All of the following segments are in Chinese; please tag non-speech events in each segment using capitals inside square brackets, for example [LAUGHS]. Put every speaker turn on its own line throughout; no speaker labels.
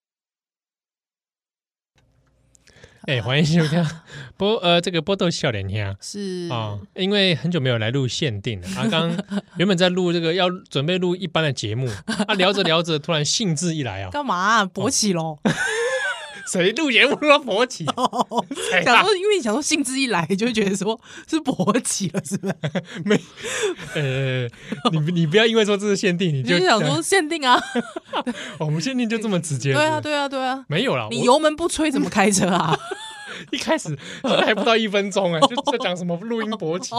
[LAUGHS] 哎、欢迎收听波呃这个波豆笑脸听啊、
是
因为很久没有来录限定了，啊，
[LAUGHS]
刚原本在录这个要准备录一般的节目，啊，聊着聊着突然兴致一来啊，
干嘛啊勃起 [LAUGHS] 喽？
谁录节目都勃
[LAUGHS]
起，谁
想
啊？
说，因为你想说兴致一来，就会觉得说是勃起了，是不是？
没， [LAUGHS] 呃，你你不要因为说这是限定，你
你
就哦
[LAUGHS] 就想说限定啊，
我们限定就这么直接，
[LAUGHS] 对啊，
是不是，
对啊，对啊。
没有啦，
你
我
油门不吹怎么开车 [LAUGHS] 啊？
一开始还不到一分钟哎、就在讲什么录音勃
[LAUGHS]
起，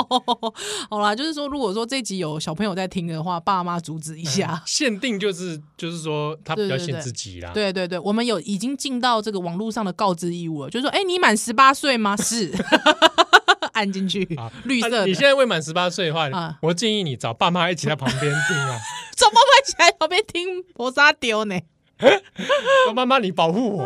好啦，就是说，如果说这集有小朋友在听的话，爸妈阻止一下。
限定就是就是说他比较限制级啦，
[LAUGHS] 对对对，我们有已经尽到这个网络上的告知义务了，就是说，哎，你满十八岁吗？ [LAUGHS] 是，按进去
啊，
绿色
啊
的。
你现在未满十八岁的话，
啊
我建议你找爸妈一起在旁边听
[LAUGHS]
啊，
怎么会起来旁边听婆沙丢呢？
说妈妈你保护我，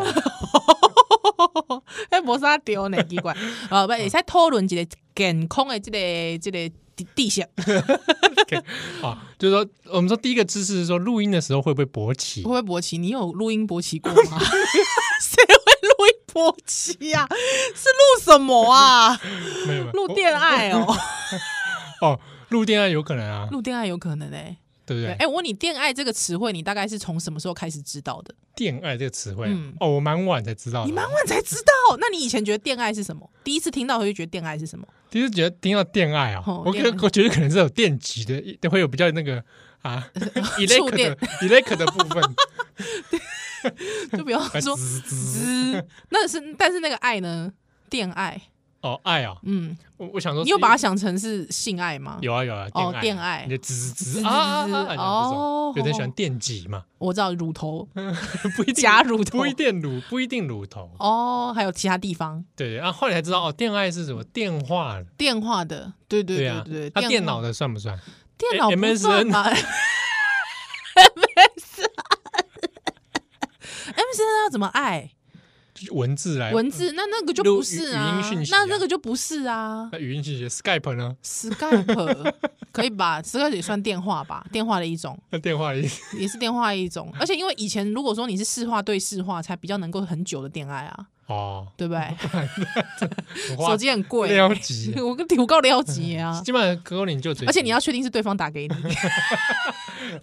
哎迄无啥对 [LAUGHS] 呢，奇怪。啊，不，会使讨论一个健康的这个这个知知识。
啊，就是说我们说第一个知识是说录音的时候会不会勃起
会不，会勃起？你有录音勃起过吗？ [LAUGHS] 谁会录音勃起啊？是录什么 [LAUGHS] 啊？
没有没有
录恋爱哦，
哦，录恋爱有可能啊，
[LAUGHS] 录恋爱有可能哎、
对不
对，
对
哎、？我问你，恋爱这个词汇，你大概是从什么时候开始知道的？
恋爱这个词汇
嗯
哦，我蛮晚才知道的，
你蛮晚才知道，那你以前觉得恋爱是什么？第一次听到会就觉得恋爱是什么？
其实觉得听到恋爱啊，
哦
我觉
恋爱
得我觉得可能是有电极的，都会有比较那个
[LAUGHS]
啊，elect
电
的 elect 的部分，
就比方 [LAUGHS] 说，
[LAUGHS] 滋滋
滋，那是但是那个爱呢？恋爱，
哦爱啊，
嗯，
我我想说，
你有把它想成是性爱吗？
有啊有啊，
哦
电
电爱
你就滋滋
滋
啊啊啊啊，
哦
哦，有点喜欢电极嘛， [LAUGHS]
我知道乳头
不一定
夹乳头
不一定乳不一定乳头，
哦，还有其他地方
对对，啊后来才知道哦，电爱是什么电话，
电话的，对对
啊
对，对，
那电脑
的
的算不算？
电脑不算吧 [LAUGHS] ？MSN 要怎么爱
就是文字来
文字？那那个就
哎录
不是
语语
啊
音讯，息啊
那那个就不是啊
那。语音信息 Skype 呢？ [LAUGHS]
Skype 可以吧？Skype 也算电话吧，电话的一种，
那电话里 [LAUGHS]
也是电话的一种。而且因为以前如果说你是视话对视话，才比较能够很久的恋爱啊，
哦，
对不对？
[LAUGHS] 哇
手机很贵，
撩
[LAUGHS]
级
我跟我告撩级啊。
基本上可能就只有
而且你要确定是对方打
[LAUGHS]
给你，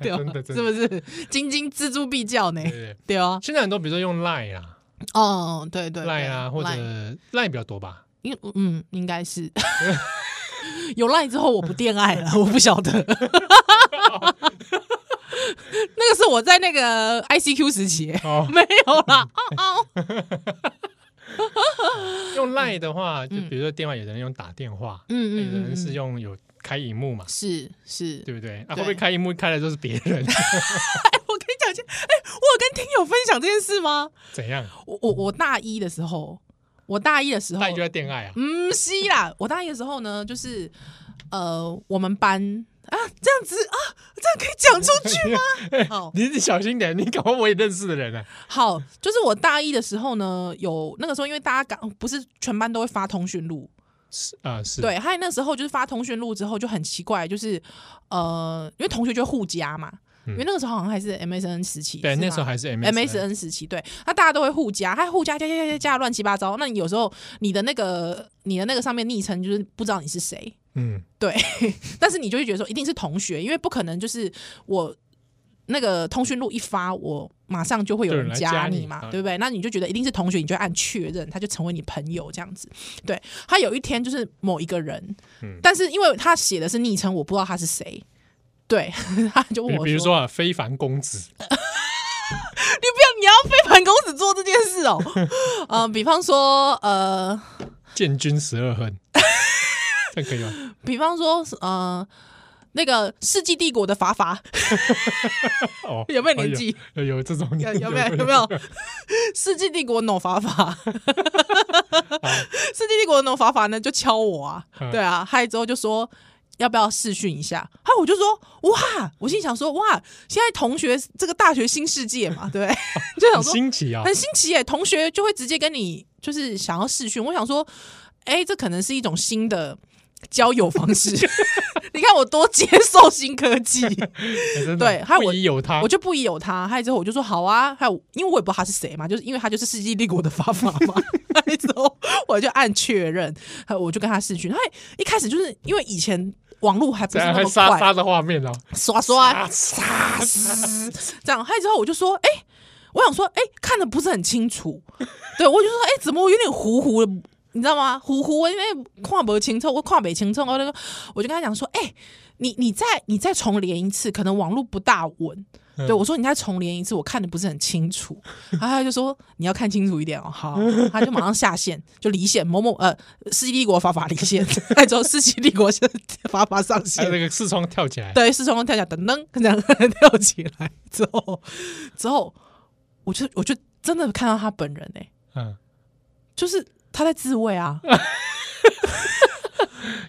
对吧
真的？真
是
的
不是？斤斤锱铢必较呢
对，对对。
对啊，
现在很多，比如说用 Line 啊
哦，对对对
，Line 啊，或者
Line
Line 比较多吧。
因嗯，应该是 [LAUGHS] 有赖之后我不恋爱了， [LAUGHS] 我不晓得。那个是我在那个 ICQ 时期， [LAUGHS]
哦，
没有
[LAUGHS]
啦。哦哦，
用 Line 的话，就比如说电话，有的人用打电话，有的
嗯嗯嗯
哎人是
嗯，
用有开荧幕嘛，
是是。
对不对？啊，
对
会不会开荧幕开的都是别人？ [LAUGHS]
我跟你讲一件，哎，我有跟听友分享这件事吗？
怎样？
我我我大一的时候，我大一的时候，
那你就在恋爱啊？
嗯，是啦，我大一的时候呢，就是呃，我们班啊，这样子啊，这样可以讲出去吗？好
你你小心点，你 [LAUGHS] 搞我也认识的人啊。
好，就是我大一的时候呢，有那个时候，因为大家刚不是全班都会发通讯录，
是啊，是，
对，还有那时候就是发通讯录之后就很奇怪，就是呃，因为同学就会互加嘛，
嗯
因为那个时候好像还是 MSN 时期，
对，
是
那
吗
时候还是啊 MSN
MSN 时期，对，那大家都会互加，还互加加加加加加乱七八糟。那你有时候你的那个你的那个上面昵称就是不知道你是谁，
嗯，
但是你就会觉得说一定是同学，因为不可能就是我那个通讯录一发，我马上就会有人加你嘛，
就有人来加你嗯
对不对？那你就觉得一定是同学，你就按确认，他就成为你朋友这样子。对，他有一天就是某一个人，
嗯
但是因为他写的是昵称，我不知道他是谁。对，他就问
比
哦我
比如说啊，非凡公子，
你不要，你要非凡公子做这件事哦。 [LAUGHS] 呃，比方说，呃，
建军十二
[LAUGHS]
恨，这样可以吗？
比方说，呃，那个《世纪帝国》的法法
[LAUGHS] 哦，
有没有年纪？
哦？有有有这种，
[LAUGHS] 有有没有有没有？ [LAUGHS] 《世纪帝国》no 法法，《世纪帝国》no 法法呢就敲我啊，
嗯
对啊，嗨之后就说。要不要试训一下？嗨，我就说哇，我心想说哇，现在同学这个大学新世界嘛，对不
[LAUGHS]
对？就想
很
说哎
新奇啊，
很新奇耶，同学就会直接跟你就是想要试训。我想说，哎、这可能是一种新的交友
[LAUGHS]
方式。你看我多接受新科技，
哎真的
对还有我
不疑有他
我，就不疑啊有他。还有之后我就说好啊，还有因为我也不知道他是谁嘛，就是因为他就是《世纪帝国》的法法嘛。 [LAUGHS] 来之后，我就按确认，呃我就跟他视讯。他一开始就是因为以前网络还不
这
是
样
那
还
么
杀
快，
杀的画面哦，
刷刷
啊杀
嘶这样。嗨之后我就说，哎、我想说，哎、看的不是很清楚，对我就说，哎、怎么我有点糊糊的，你知道吗？糊糊，我因为看不清楚，我看不清楚，我那个我就跟他讲说，哎、你你再你再重连一次，可能网络不大稳。对我说：“你再重连一次，我看的不是很清楚。”然后他就说：“你要看清楚一点哦。”好，他就马上下线，就离线某某呃，世纪帝国法法离线， [LAUGHS] 再之后世纪帝国是法法上
还有
线，
那个视窗跳起来，
对，四川跳起来，噔噔，这样跳起来之后，之后我就我就真的看到他本人哎、
嗯，
就是他在自慰啊，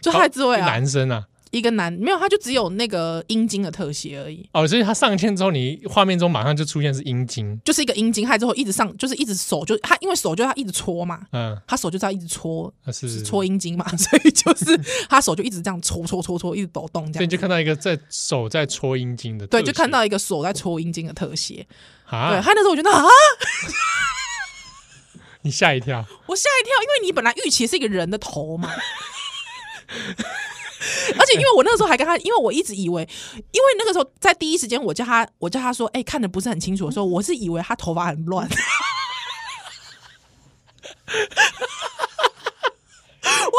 就他在自慰啊，
男生啊，
一个男没有，他就只有那个阴茎的特写而已。
哦，所以他上线之后，你画面中马上就出现是阴茎，
就是一个阴茎，害之后一直上，就是一直手就他，因为手就他一直搓嘛，
嗯，
他手就是要一直搓，
啊是
是
是
搓阴茎嘛，所以就是他手就一直这样搓搓搓搓，一直抖动这
所以
样
你。就看到一个在手在戳阴茎的特
对，
写，
就看到一个手在搓阴茎的特写。对
啊，
他那时候我觉得啊，
你吓一跳，
我吓一跳，因为你本来预期是一个人的头嘛。 [LAUGHS] 而且因为我那个时候还跟他，因为我一直以为，因为那个时候在第一时间我叫他，我叫他说，哎、看的不是很清楚的时候，我是以为他头发很乱。 [LAUGHS] 我以为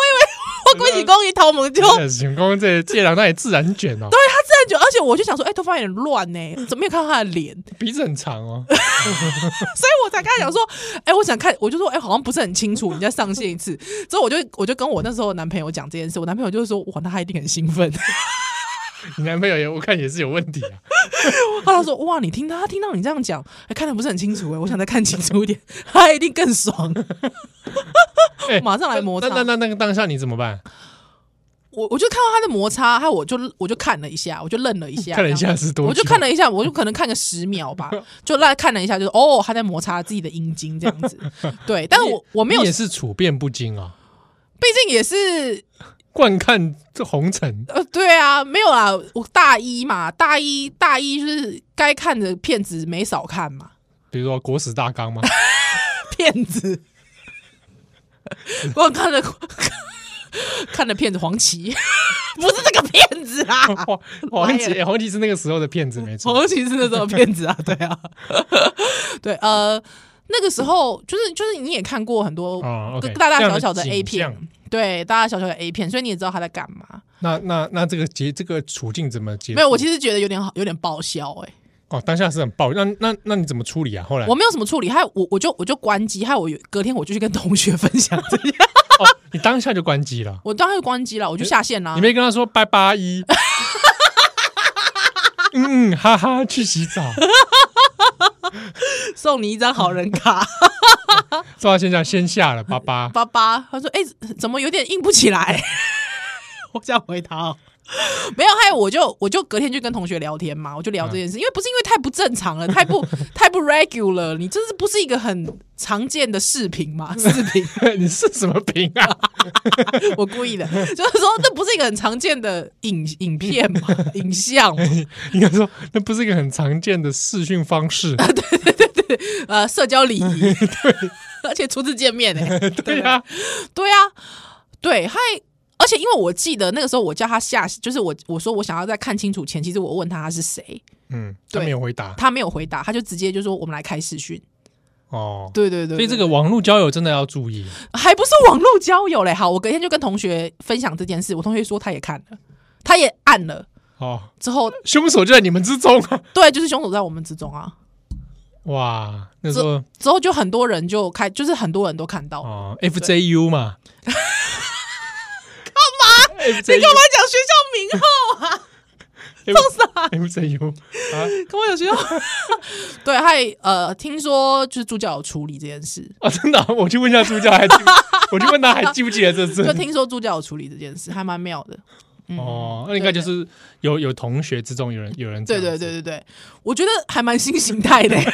我归起公一头猛就
真的是光这这两那也自然卷哦，
他自然觉得，而且我就想说，哎、头发有点乱呢、怎么没有看到他的脸？
鼻子很长哦，
所以我才跟他讲说，哎、我想看，我就说，哎、好像不是很清楚，你再上线一次。之后我就我就跟我那时候的男朋友讲这件事，我男朋友就说，哇，那他一定很兴奋。 [LAUGHS]
你男朋友也我看也是有问题啊，
后来说，哇，你听他听到你这样讲，还、看的不是很清楚哎、我想再看清楚一点， [LAUGHS] 他一定更爽。
[LAUGHS] 哎
马上来摩
那
擦
那那那个当下你怎么办？
我我就看到他的摩擦，还有我就我就看了一下，我就愣了一下，
看了一下是多久，
我就看了一下，我就可能看个十秒
[LAUGHS]
吧，就那看了一下，就是哦，他在摩擦自己的阴茎这样子，对，但我我没有
你，也是处变不惊啊、
毕竟也是
惯看这红尘，
呃，对啊，没有啦，我大一嘛，大一大一就是该看的片子没少看 [LAUGHS] 嘛，
比如说《国史大
[LAUGHS]
纲》吗？
骗 [LAUGHS] 子，我看了 [LAUGHS] 看了骗子黄芪， [LAUGHS] 不是这个骗子啊啦，
黄黄芪，黄芪是那个时候的骗子，没错。
[LAUGHS] 黄芪是那时候骗子啊， [LAUGHS] 对啊，对呃，那个时候就是就是你也看过很多
哦，OK，
大大
这样
小小的
景
A 片
象，
对，大大小小的 A 片，所以你也知道他在干嘛。
那那那这个结这个处境怎么结束？
没有，我其实觉得有点好，有点爆笑哎、
哦，当下是很爆。那那那你怎么处理啊？后来
我没有什么处理，还有我我就我就关机，还有我有隔天我就去跟同学分享这些，
哦，你当下就关机了，
我当然就关机了，我就下线啦
你。没跟他说拜拜
[LAUGHS]
一。嗯嗯，哈哈，去洗澡，
送你一张好人卡，
坐在现场先下了，爸爸。 [LAUGHS]
爸爸，他说哎、怎么有点硬不起来？ [LAUGHS] 我想回他哦。没有，还有我就我就隔天就跟同学聊天嘛，我就聊这件事，因为不是因为太不正常了，太不太不 regular，你这是不是一个很常见的视频嘛？视频，
你是什么病啊？
[LAUGHS] 我故意的，就是说这不是一个很常见的影影片嘛，影像嘛
应该说那不是一个很常见的视讯方
[LAUGHS]
式。
呃社交礼
嗯
仪， [LAUGHS] 而且初次见面哎、
对呀、
对啊，对，还而且因为我记得那个时候我叫他下，就是我我说我想要再看清楚前，其实我问他他是谁，
嗯，他
对
没有回答
他没有回答，他就直接就说我们来开视讯。
哦。
对对对
所以这
对
个网络交友真的要注意，
还不是网络交友嘞。好，我隔天就跟同学分享这件事，我同学说他也看了，他也按了。
哦，
之后，
凶手就在你们之中
[LAUGHS]
啊！
对，就是凶手在我们之中啊。
哇，那时候
之后就很多人就开，就是很多人都看到。
哦，FJU 嘛，
[LAUGHS]
干嘛
你干
？FJU
嘛讲学校名号啊？
FJU 啊
跟我有学校？ [LAUGHS] 对，还呃，听说就是助教有处理这件事，
啊！真的啊，我去问一下助教，还记不 [LAUGHS] 我去问他还记不记得这
[LAUGHS] 就
次？
听说助教有处理这件事，还蛮妙的。
[LAUGHS] 哦，那应该就是有有同学之中有人有人这
对
样
对
子
对对对，我觉得还蛮新形态的、欸 [LAUGHS]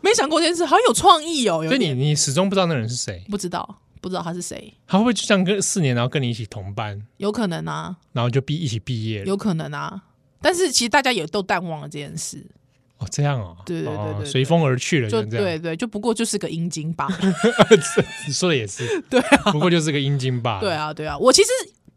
没想过这件事，好有创意哦。有
所以你
点
你始终不知道那人是谁，
不知道不知道他是谁，
他会不会就像跟四年，然后跟你一起同班，
有可能啊，
然后就毕一起毕业了？
有可能啊。但是其实大家也都淡忘了这件事，
哦，这样哦，
对对对
哦
对对
随风而去了，
就
就这样。
对对，就不过就是个阴茎吧。
你说的也是，
[LAUGHS] 对
啊，不过就是个阴茎罢了。
对啊，对啊，我其实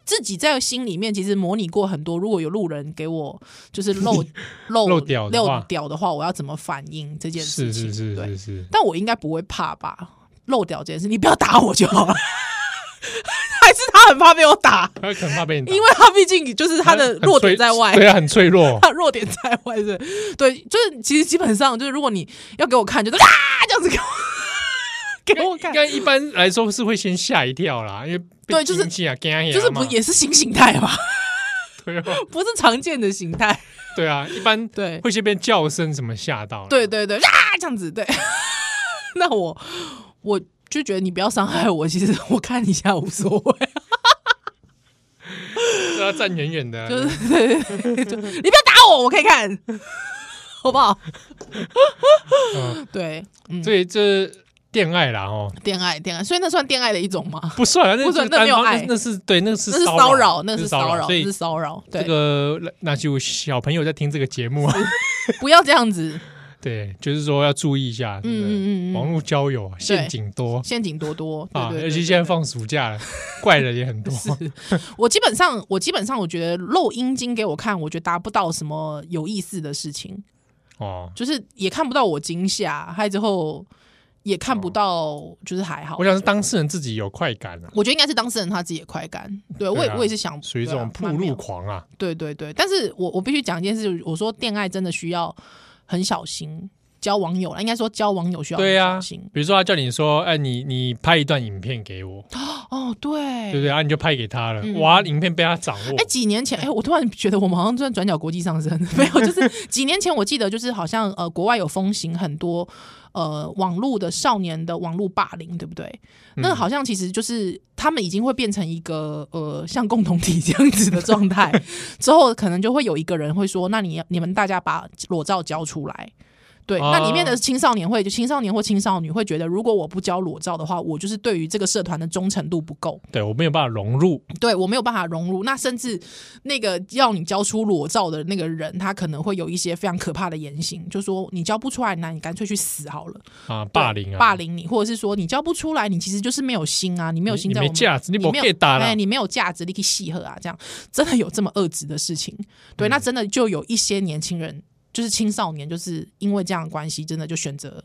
自己在心里面其实模拟过很多，如果有路人给我就是漏 [LAUGHS] 漏
漏屌的
漏
话
屌的话，我要怎么反应这件事
是
情？
是是
对
是，是，
但我应该不会怕吧？漏屌这件事，你不要打我就好了。 [LAUGHS] 还是他很怕被我打，
他很怕被你打，
因为他毕竟就是他的
很
弱点
脆
在外。
对啊，很脆弱。
[LAUGHS] 他弱点在外是，对，就是其实基本上就是，如果你要给我看，就是啊这样子给我给我看
应，该一般来说是会先吓一跳啦，因为被
对就是
惊吓惊吓
就是不
嘛
也是新形态吧，
[LAUGHS] 对啊
不是常见的形态，
对啊，一般
对
会先被叫声什么吓到。
对，对对啊这样子对， [LAUGHS] 那我我就觉得你不要伤害我，其实我看一下无所谓，
就要啊站远远的，
就是 [LAUGHS] 对对对，就你不要打我，我可以看，好不好？
嗯
[LAUGHS] 对，嗯，
所以这恋爱啦哦，
恋爱恋爱，所以那算恋爱的一种吗？
不算啊，那
不算
是
那
单
没有
方
爱
那是对，那是
那是
骚
骚扰，那
是
是骚扰，
所
那
以
是骚扰。对
这，个那就小朋友在听这个节
[LAUGHS]
目啊，
不要这样子，
对，就是说要注意一下，对不对
嗯嗯嗯嗯
网络交友啊，陷阱多
陷阱多多对
啊，
对
尤
对
其
对
现在放暑假了，怪人也很
[LAUGHS]
多，
我基本上，我基本上，我觉得露阴茎给我看，我觉得达不到什么有意思的事情，
哦。
就是也看不到我惊吓，还有之后也看不到，就是还好
哦我。想是当事人自己有快感啊，
我觉得应该是当事人他自己的快感，对我
对
也、
啊
我也是想
属于这
对啊
种铺
蛮妙
路狂啊，
对对对，但是我我必须讲一件事，就是我说恋爱真的需要很小心，交网友啦，应该说交网友需要很
对啊
小心。
比如说他叫你说，哎，你你拍一段影片给我，
哦，对
对不对啊？你就拍给他了，
嗯
哇，影片被他掌握
哎、，几年前，哎、我突然觉得我们好像突然转角国际上升， [LAUGHS] 没有，就是几年前我记得就是好像呃，国外有风行很多呃网络的少年的网络霸凌，对不对？那好像其实就是他们已经会变成一个呃像共同体这样子的状态，之后可能就会有一个人会说，那你你们大家把裸照交出来。对，
哦
那里面的青少年会，就青少年或青少女会觉得，如果我不交裸照的话，我就是对于这个社团的忠诚度不够。
对我没有办法融入，
对我没有办法融入。那甚至那个要你交出裸照的那个人，他可能会有一些非常可怕的言行，就说你交不出来，那你干脆去死好了，
啊，霸凌啊，
霸凌你，或者是说你交不出来，你其实就是没有心啊，你没有心
你
在我
没
们
价值，你
你
不
没有
给打
哎，
了，
你没有价值，你可以戏喝啊，这样真的有这么恶质的事情？
嗯
对，那真的就有一些年轻人，就是青少年，就是因为这样的关系，真的就选择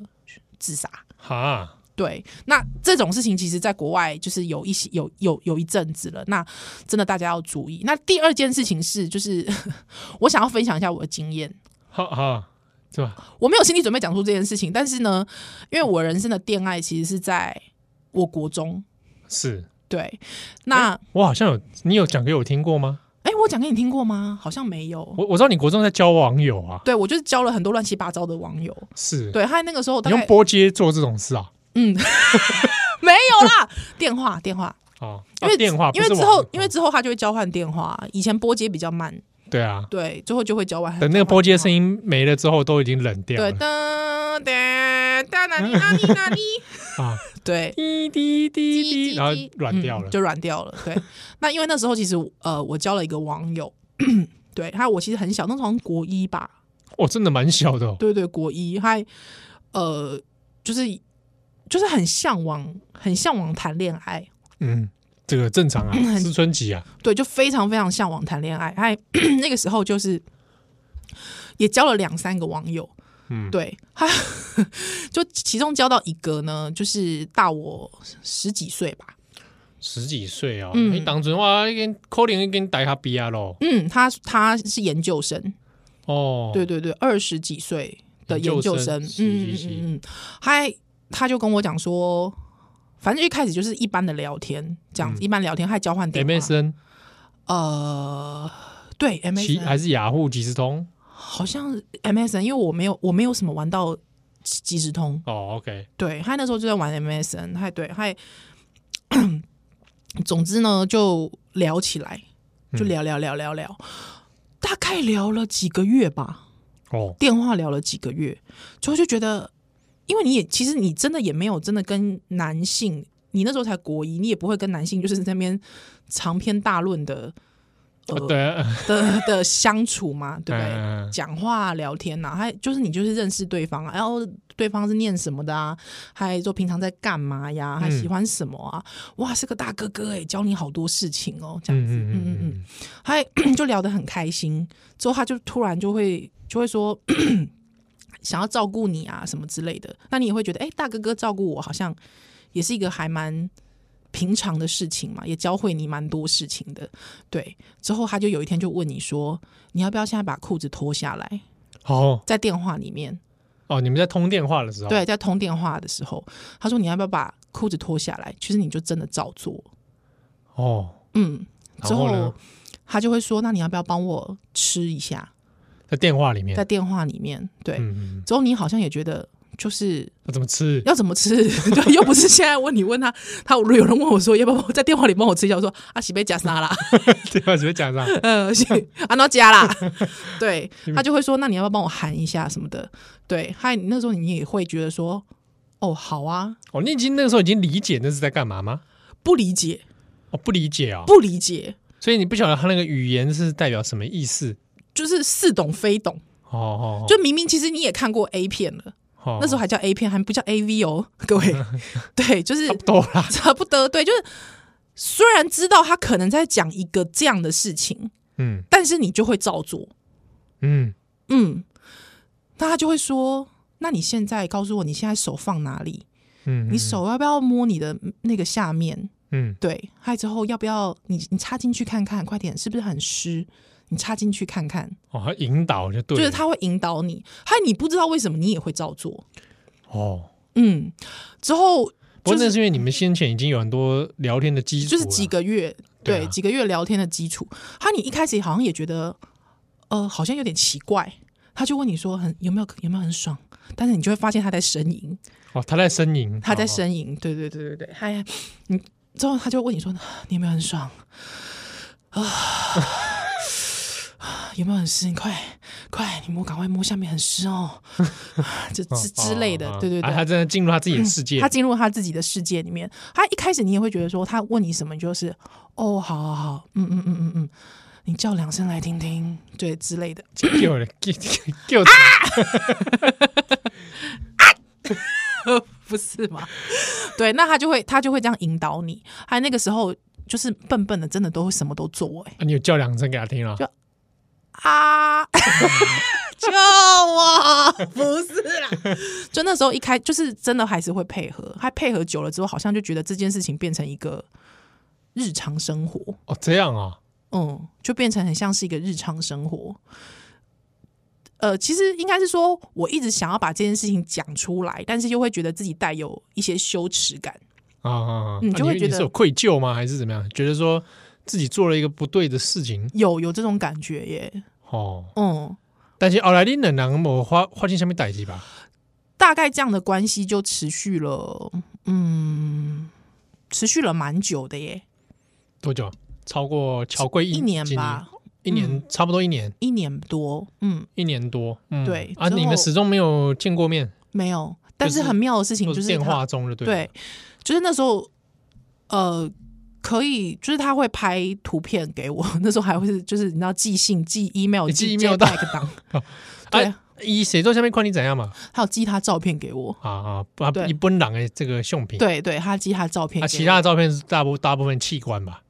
自杀。
哈，
对，那这种事情其实在国外就是有一些有有有一阵子了，那真的大家要注意。那第二件事情是，就是 [LAUGHS] 我想要分享一下我的经验。
哈哈，是吧？
我没有心理准备讲出这件事情，但是呢，因为我人生的恋爱其实是在我国中。
是
对，那
我好像有，你有讲给我听过吗？
哎、我讲给你听过吗？好像没有。
我我知道你国中在交网友啊，
对，我就是交了很多乱七八糟的网友。
是，
对，他那个时候大
你用
概
波接做这种事啊，
嗯，没有啦，电话电话，
啊，
因为、
啊电话，
因为
不是
之后
网哦
因为之后他就会交换电话，以前拨接比较慢，
对啊，
对，最后就会交完。
等那个波接声音没了之后，都已经冷掉
对，
了
噔噔噔，哪里哪里哪里，
[LAUGHS] 啊，
[LAUGHS] 对，
滴滴滴滴，
叽叽
然后
叽
软掉
嗯
了，
就软掉了。对，那因为那时候其实呃，我交了一个网友， [CLEARS THROAT] 对，他我其实很小，那时候好像国一吧，
哦，真的蛮小的哦，
对对，国一还呃，就是就是很向往，很向往谈恋爱，
嗯，这个正常
嗯
啊， [LAUGHS] 思春期啊，
对，就非常非常向往谈恋爱。还 [CLEARS THROAT] 那个时候就是也交了两三个网友，
嗯，
对，还 [LAUGHS] 就其中交到一个呢，就是大我十几岁吧。
十几岁哦，
嗯
你当初哇，一根可能一根大下毕业咯，
嗯，他他是研究生，
哦，
对对对，二十几岁的研究生，
研究生
嗯
是
嗯
是
嗯嗯，还他就跟我讲说。反正一开始就是一般的聊天，
嗯
这样子、一般聊天还交换电话。
，MSN
呃，对
其
MSN
还是雅虎即时通
好像是 MSN，因为我没有我没有什么玩到即时通，
哦，OK，
对他那时候就在玩 MSN，还对还，总之呢就聊起来，就聊聊聊聊聊，大概聊了几个月吧，
哦，
电话聊了几个月，之后就觉得，因为你也其实你真的也没有真的跟男性，你那时候才国一，你也不会跟男性就是在那边长篇大论的
哦对啊，
的的相处嘛，对不对？
嗯
讲话、啊、聊天呐、啊，还就是你就是认识对方啊，然后对方是念什么的啊，还说平常在干嘛呀，还喜欢什么啊？哇，是个大哥哥哎、教你好多事情哦，这样子，嗯嗯嗯，
嗯
还 [COUGHS] 就聊得很开心。之后他就突然就会就会说 [COUGHS] 想要照顾你啊什么之类的，那你也会觉得哎、大哥哥照顾我好像也是一个还蛮平常的事情嘛，也教会你蛮多事情的。对，之后他就有一天就问你说，你要不要现在把裤子脱下来？
哦
在电话里面，
哦，你们在通电话的时候，，
对，在通电话的时候，他说你要不要把裤子脱下来？其实你就真的照做，
哦，
嗯。之
然后呢
他就会说，那你要不要帮我吃一下？
在电话里面
在，电话里面，对。
嗯嗯，
之后你好像也觉得就是
那怎么吃？ [LAUGHS]
要怎么吃， [LAUGHS] 对，又不是现在问你问他，他如果有人问我说要不要在电话里帮我吃一下，我说啊喜被加沙啦， [LAUGHS]
对啊，只会讲这样，
呃是啊那
[LAUGHS]
加啦，对
嗯
他就会说那你要不要帮我喊一下什么的，对，还有那时候你也会觉得说哦好啊，
哦，你已经那个时候已经理解那是在干嘛吗？
不理解
哦，不理解哦，
不理解，
所以你不晓得他那个语言是代表什么意思。
就是似懂非懂，
哦哦，
就明明其实你也看过 A 片了，
就
那时候还叫 A 片，还不叫 AV 哦， [LAUGHS]
[LAUGHS]
各位，对，就是
差不多啦。
差不多，对，就是虽然知道他可能在讲一个这样的事情，
嗯
但是你就会照做，
嗯，
嗯，那他就会说，那你现在告诉我，你现在手放哪里？
嗯，
你手要不要摸你的那个下面？
嗯，
对，还有之后要不要你你插进去看看，快点，是不是很湿？你插进去看看，
哦，他引导就对
就
了，
是他会引导你，还有你不知道为什么你也会照做，
哦。
嗯，之后
不过
就
那
是
是因为你们先前已经有很多聊天的基础
就
了，
是几个月，
对啊
对，几个月聊天的基础。他你一开始好像也觉得，呃，好像有点奇怪，他就问你说很有没有有没有很爽，但是你就会发现他在呻吟，
哦，他在呻吟，
他在
哦，
呻吟，对对对对对，哎，你之后他就问你说你有没有很爽啊？有没有很湿？你快快，你摸，赶快摸下面很湿哦，这
[LAUGHS] 哦
之之类的
哦哦，
对对
啊
对，
他真的进入他自己的世界
他，进入他自己的世界里面。他一开始你也会觉得说，他问你什么，你就是哦，好好好，嗯嗯嗯嗯嗯，你叫两声来听听，对之类的。
给我了，给给给我，
不是吗？ [LAUGHS] 对，那他就会他就会这样引导你。还那个时候就是笨笨的，真的都会什么都做、欸，
啊你有叫两声给他听了
就， [LAUGHS] 啊！救我！不是啦， [LAUGHS] 就那时候一开，就是真的还是会配合，还配合久了之后，好像就觉得这件事情变成一个日常生活。
哦，这样啊，
嗯，就变成很像是一个日常生活。呃，其实应该是说，我一直想要把这件事情讲出来，但是又会觉得自己带有一些羞耻感。
啊啊啊，
你就会
啊
觉
你
得
是有愧疚吗？还是怎么样？觉得说自己做了一个不对的事情，
有有这种感觉耶。
哦，
嗯，
但是后来你两人我花花进什么代志吧？
大概这样的关系就持续了，嗯，持续了蛮久的耶，
多久？超过超过一
一年
几
吧，
一年差不多一年，
一年多。嗯，
一年多。嗯，
对
啊，
之后
你们始终没有见过面，
没有。但
就是是
很妙的事情
都
就是是
电
他
话中的对
对
了，
就是那时候，呃，可以，就是他会拍图片给我， [LAUGHS] 那时候还会是就是你知道寄信、寄 email、
你寄 email 到 [LAUGHS]
JPEG 档，对
啊，以写作下面看你怎样嘛？
还有寄他照片给我，
啊啊，不啊
对
一本人的这个相片，
对对，他寄他照片给
哎
我，
啊，其他的照片是大部大部分器官吧？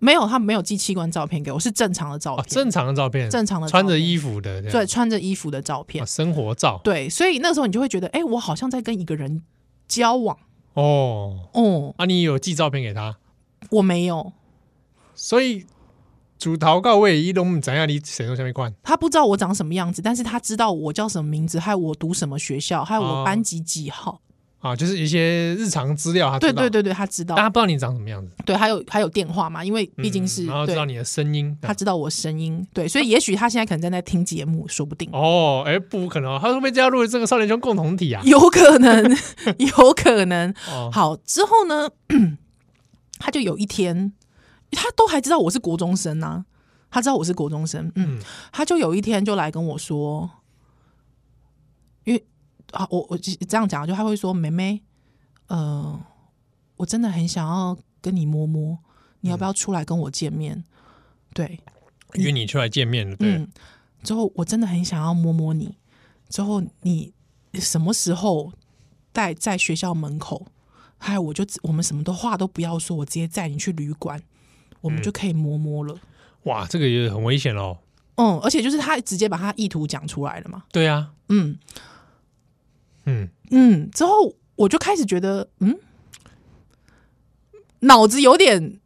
没有，他没有寄器官照片给我，是正常的照
啊，
片，
正常的照片，
哦正常的照
穿着
片
衣服的，这样
对，穿着衣服的照片
啊，生活照
对，所以那时候你就会觉得，哎、我好像在跟一个人交往，
哦。
哦、
啊，你有寄照片给他，
我没有，
所以主投告位伊拢唔知影你写作下面看
他不知道我长什么样子，但是他知道我叫什么名字，还有我读什么学校，还有
哦
我班级几号，
啊，就是一些日常资料，他
对
知道
对，对对，他知道
但，他不知道你长什么样子，
对，还有还有电话嘛，因为
嗯
毕竟是、
然后知道
对，
你的声音，
他知道我声音，对，所以也许他现在可能正在听节目，说不定、
哦，哎，不可能、哦，他会被加入这个少年兄共同体啊。
有可能， [LAUGHS] 有可能。
哦，
好，之后呢， [CLEARS THROAT] 他就有一天，他都还知道我是国中生啊，他知道我是国中生，嗯，
嗯
他就有一天就来跟我说，因为啊，我我这样讲，就他会说，妹妹，呃，
嗯
我真的很想要跟你摸摸，你要不要出来跟我见面？对，
约你出来见面了，对，
嗯，之后我真的很想要摸摸你。之后你什么时候在在学校门口？还有，我就我们什么都话都不要说，我直接载你去旅馆，我
嗯
们就可以摸摸了。
哇，这个也很危险哦。
嗯而且就是他直接把他意图讲出来了嘛。
对啊，
嗯
嗯，
嗯，之后我就开始觉得，嗯，脑子有点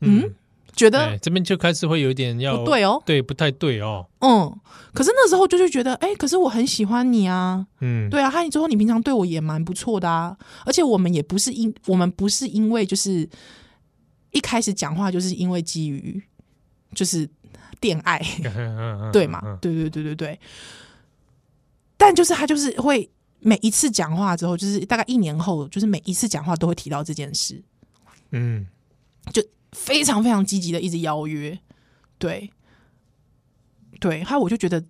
嗯觉得
哎，这边就开始会有一点要
不对哦，
对，不太对哦，
嗯，可是那时候就是觉得，哎、可是我很喜欢你啊，
嗯，
对啊，和你之后你平常对我也蛮不错的啊，而且我们也不是因我们不是因为就是一开始讲话就是因为基于就是恋爱，
[LAUGHS] 嗯，
对嘛？对对对对对，但就是他就是会每一次讲话之后，就是大概一年后，就是每一次讲话都会提到这件事，
嗯，
非常非常积极的一直邀约，对，对，还有我就觉得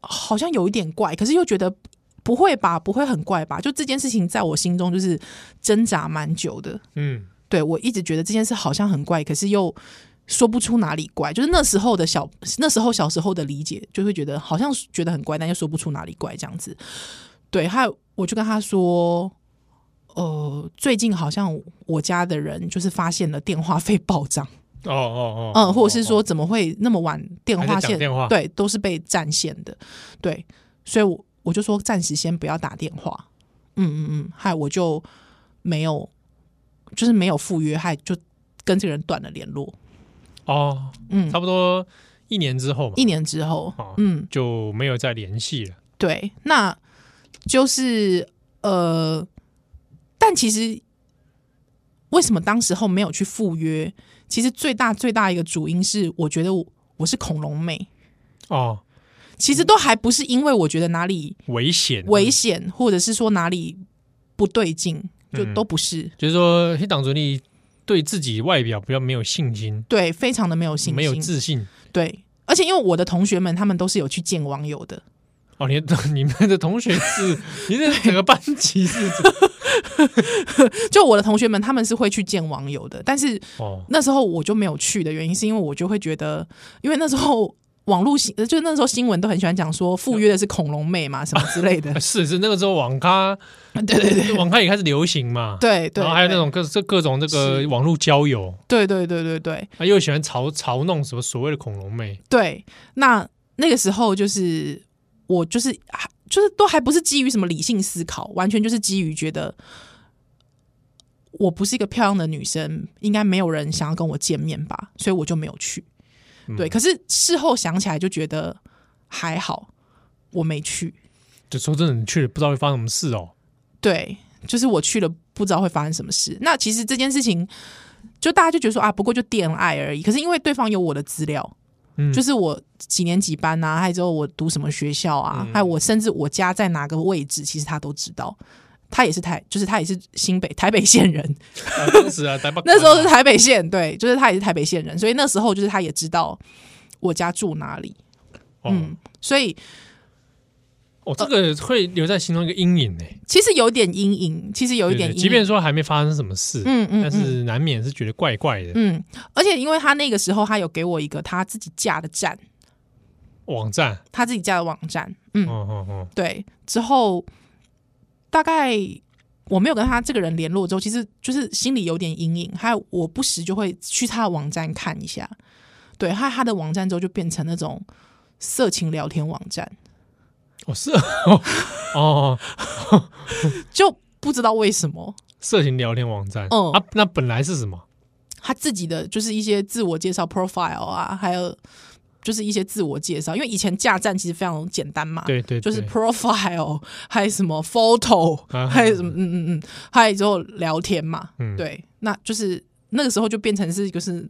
好像有一点怪，可是又觉得不会吧，不会很怪吧？就这件事情在我心中就是挣扎蛮久的，
嗯，
对我一直觉得这件事好像很怪，可是又说不出哪里怪，就是那时候的小那时候小时候的理解，就会觉得好像觉得很怪，但又说不出哪里怪这样子。对，还有我就跟他说，呃，最近好像我家的人就是发现了电话费暴涨，
哦哦哦，
嗯，或者是说
哦，
怎么会那么晚电
还
话
在讲
线
电话
对都是被占线的，对，所以我我就说暂时先不要打电话，嗯嗯嗯，嗨，我就没有就是没有赴约，嗨，就跟这个人断了联络，
哦，
嗯，
差不多一年之后吧，
一年之后
哦，
嗯，
就没有再联系了，
对，那就是呃，但其实为什么当时候没有去赴约？其实最大最大一个主因是，我觉得我我是恐龙妹。
哦，
其实都还不是因为我觉得哪里
危险，
危险，或者是说哪里不对劲，就
嗯
都不是。
就是说黑党主力对自己外表比较没有信心，
对，非常的没有信心，
没有自信。
对。而且因为我的同学们，他们都是有去见网友的，
哦，你的你们的同学
[LAUGHS]
是，你的整个班级是怎
就我的同学们，他们是会去见网友的。但是
哦，
那时候我就没有去的原因，是因为我就会觉得，因为那时候网络新，就是那时候新闻都很喜欢讲说赴约的是恐龙妹嘛，什么之类的
[LAUGHS] 啊。是是那个时候网咖，
对对对
网咖也开始流行嘛，
对对，
然后还有那
对
种各这各种这
是
个网络交友，
对对对对对，
啊，又喜欢嘲嘲弄什么所谓的恐龙妹，
对，那那个时候就是我就是还就是都还不是基于什么理性思考，完全就是基于觉得我不是一个漂亮的女生，应该没有人想要跟我见面吧，所以我就没有去。
嗯
对，可是事后想起来就觉得还好，我没去。
就说真的，你去了不知道会发生什么事
[LAUGHS]
哦。
对，就是我去了，不知道会发生什么事。那其实这件事情，就大家就觉得说啊，不过就恋爱而已。可是因为对方有我的资料，
嗯
就是我几年几班啊，还有之后我读什么学校啊，
嗯
还有我甚至我家在哪个位置，其实他都知道。他也是台，就是他也是新北台北
[LAUGHS]
县人，
啊当时啊，台北
那时候是台北县，对，就是他也是台北县人，所以那时候就是他也知道我家住哪里，
哦
嗯，所以
哦，这个会留在心中一个阴影呢，
其实有点阴影，其实有一
对
点
对
阴影，
即便说还没发生什么事，
嗯嗯，
但
嗯
是难免是觉得怪怪的。
嗯，而且因为他那个时候他有给我一个他自己架的站，
网站，
他自己架的网站，嗯，
哦哦哦，
对。之后大概我没有跟他这个人联络之后，其实就是心里有点阴影，还有我不时就会去他的网站看一下，对，还有他的网站之后就变成那种色情聊天网站，
哦是哦哦，
就不知道为什么
色情聊天网站，
嗯
啊，那本来是什么？
他自己的就是一些自我介绍 profile 啊，还有。就是一些自我介绍，因为以前架站其实非常简单嘛，
对对，
啊就是
对
profile，还有什么 photo，、
啊
还有什么嗯嗯嗯，还有之后聊天嘛，
嗯
对，那就是那个时候就变成是就是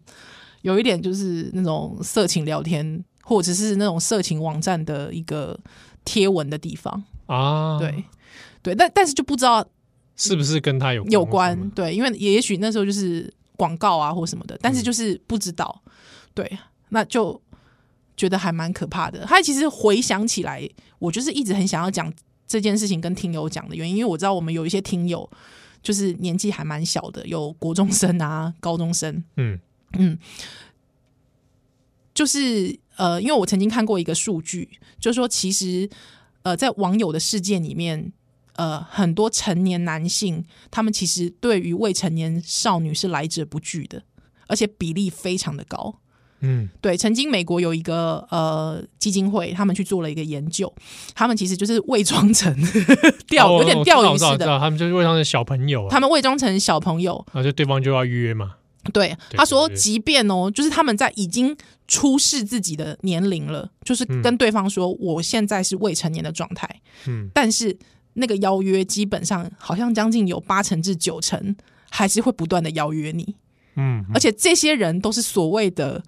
有一点就是那种色情聊天，或者是那种色情网站的一个贴文的地方，
啊，
对、，对，但但是就不知道
是不是跟他有关
有关，对，因为也许那时候就是广告啊或什么的，但
嗯
是就是不知道，对，那就觉得还蛮可怕的。他其实回想起来，我就是一直很想要讲这件事情跟听友讲的原因，因为我知道我们有一些听友就是年纪还蛮小的，有国中生啊、高中生，
嗯，
嗯，就是呃，因为我曾经看过一个数据，就是说其实呃，在网友的世界里面，呃，很多成年男性他们其实对于未成年少女是来者不拒的，而且比例非常的高。
嗯
对，曾经美国有一个呃基金会，他们去做了一个研究，他们其实就是伪装成 [LAUGHS] 钓、
哦
有点
我
钓
知道我
鱼似
知道我知
的，
道他们就是为他们的小朋友啊，
他们伪装成小朋友，
然后就对方就要约嘛，
对，
对
他说，
对对
即便哦，就是他们在已经出示自己的年龄了，就是
嗯
跟对方说我现在是未成年的状态，
嗯，
但是那个邀约基本上好像将近有八成至九成还是会不断的邀约你，
嗯，
而且这些人都是所谓的。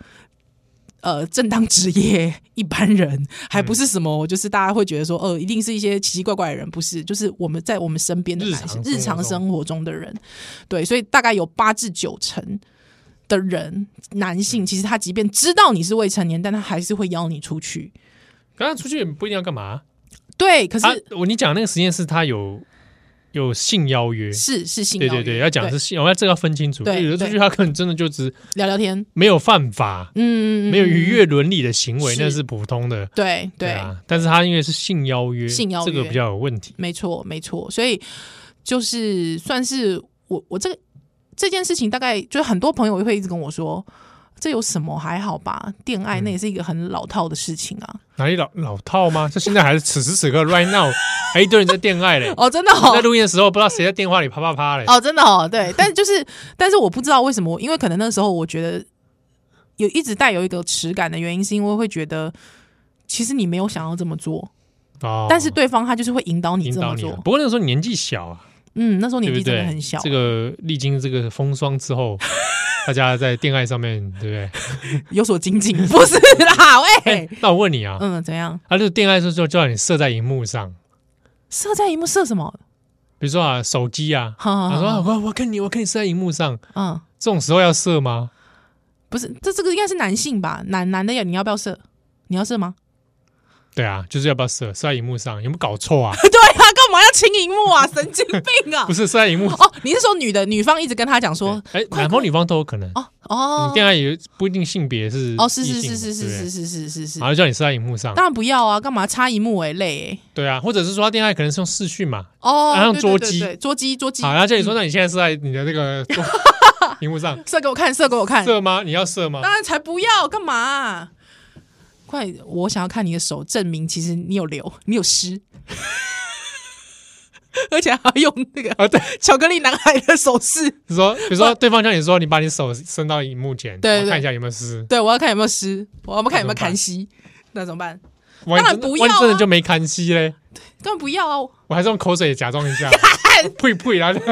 呃，正当职业一般人，还
嗯
不是什么，就是大家会觉得说，呃，一定是一些奇奇怪怪的人，不是？就是我们在我们身边的
日
男
常
性
生
日
活
常
中
生活中的人，对，所以大概有八至九成的人，男性
嗯
其实他即便知道你是未成年，但他还是会邀你出去。
刚刚出去也不一定要干嘛
对，可是、
啊？我你讲那个实验是他有有性邀约，
是是性
对
邀约
对对，要讲是性，我要这个要分清楚。
对
有的
对
出去他可能真的就只
聊聊天，
没有犯法，
嗯，
没有逾越伦理的行为，
是
那是普通的。
对对，
啊，但是他因为是性邀约，
性邀
这
约
个比较有问题。
没错没错，所以就是算是我我这个这件事情，大概就是很多朋友会一直跟我说。这有什么还好吧？恋爱那也是一个很老套的事情啊！
哪里老老套吗？就现在还是此时此刻 right now，还一堆人在恋爱嘞。
哦，真的、
我
哦
在，录音的时候，不知道谁在电话里啪啪啪嘞。
哦，真的哦， [LAUGHS] 对，但就是，但是我不知道为什么，因为可能那时候我觉得有一直带有一个耻感的原因，是因为会觉得其实你没有想要这么做，
哦，
但是对方他就是会引导你啊
引
这么
导你
做
了。。不过那个时候你年纪小啊，
嗯，那时候
对
年
不
纪真
对？
的很小，
这个历经这个风霜之后，大家在恋爱上面，对不对？
[LAUGHS] 有所精 [LAUGHS] 进，不是啦，喂，
[LAUGHS] 那我问你啊，
嗯，怎样？
啊，就是恋爱的时候就叫你射在荧幕上，
射在荧幕射什么？
比如说啊，手机啊，
好好
他说啊
好，
我我跟你我跟你射在荧幕上，
嗯，
这种时候要射吗？
不是，这这个应该是男性吧？男男的呀，你要不要射？你要射吗？
对啊，就是要不要射？射在荧幕上有没有搞错啊？
[LAUGHS] 对啊，干嘛要亲荧幕啊？ [LAUGHS] 神经病啊
不！是射在荧幕，
哦，你是说女的女方一直跟他讲说，
哎，男方女方都有可能。
哦哦
你，恋爱也不一定性别是
哦，是
异
是
性
是
嘛对
是
不对
是是是是是是
然，后叫你射在荧幕上，
当然不要啊，干嘛插一幕哎、累
对啊，或者是说他恋爱可能是用视讯嘛，
哎、哦，
啊用
对
捉
对
鸡
对对捉鸡捉鸡
好，，然啊后叫你说，那你现在是在你的那
[LAUGHS]
个荧幕上
射给我看，射给我看，
射吗？你要射吗？
哎当然才不要，干嘛啊、快，我想要看你的手，证明其实你有瘤，你有湿， [LAUGHS] 而且还要用那个
啊，对，
巧克力男孩的手势，
你说，比如说对方叫你说，你把你手伸到荧幕前，
对对
我看一下有没有湿。
对我要看有没有湿，我要看有没
那怎么办
有看息，那怎么办？
万一
当然
真的
不要啊
万一真的就没看戏嘞，
根本不要啊！
我还是用口水假装一
[LAUGHS]
下，呸呸，然后就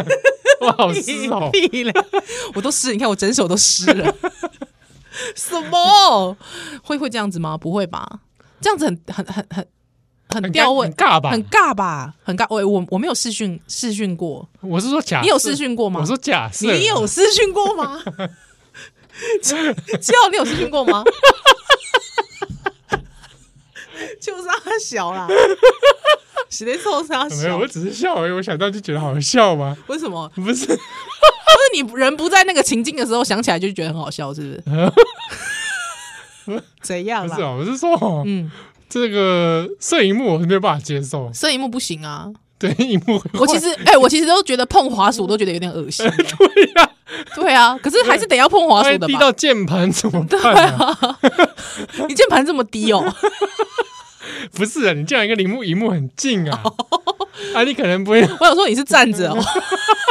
哇，好湿哦。
屁嘞！我都湿，你看我整手都湿了。 [LAUGHS] 什么？会会这样子吗？不会吧？这样子很很很很很
很
吊
尬
位
很，尬吧？
很尬吧？很尬。我我我没有试训试训过，
我是说假，
你有试？训过吗？
我说假设，
你有试训
[LAUGHS]
过吗？七号，你有试训
[LAUGHS]
过吗？就是他小啦，实在臭他
没有？
小
我。只是笑而已。我想到就觉得好笑嘛，
为什么？
不是？
不是你人不在那个情境的时候想起来就觉得很好笑，是不是？
[LAUGHS]
怎样
不
啦
是？哦，我是说哦，
嗯，
这个摄影幕我是没有办法接受，
摄影幕不行啊！
对，荧幕会
我其实，哎、我其实都觉得碰滑鼠都觉得有点恶
[LAUGHS]
心。欸
对呀、哎
对啊，可是还是得要碰滑
万一
鼠的
滴
吧？
到键盘怎么办、
[LAUGHS]
啊？
你键盘这么低哦，
不是啊，你这样一个荧幕，荧幕很近啊，
哦
[LAUGHS] 啊，你可能不会，
我想说你是站着哦，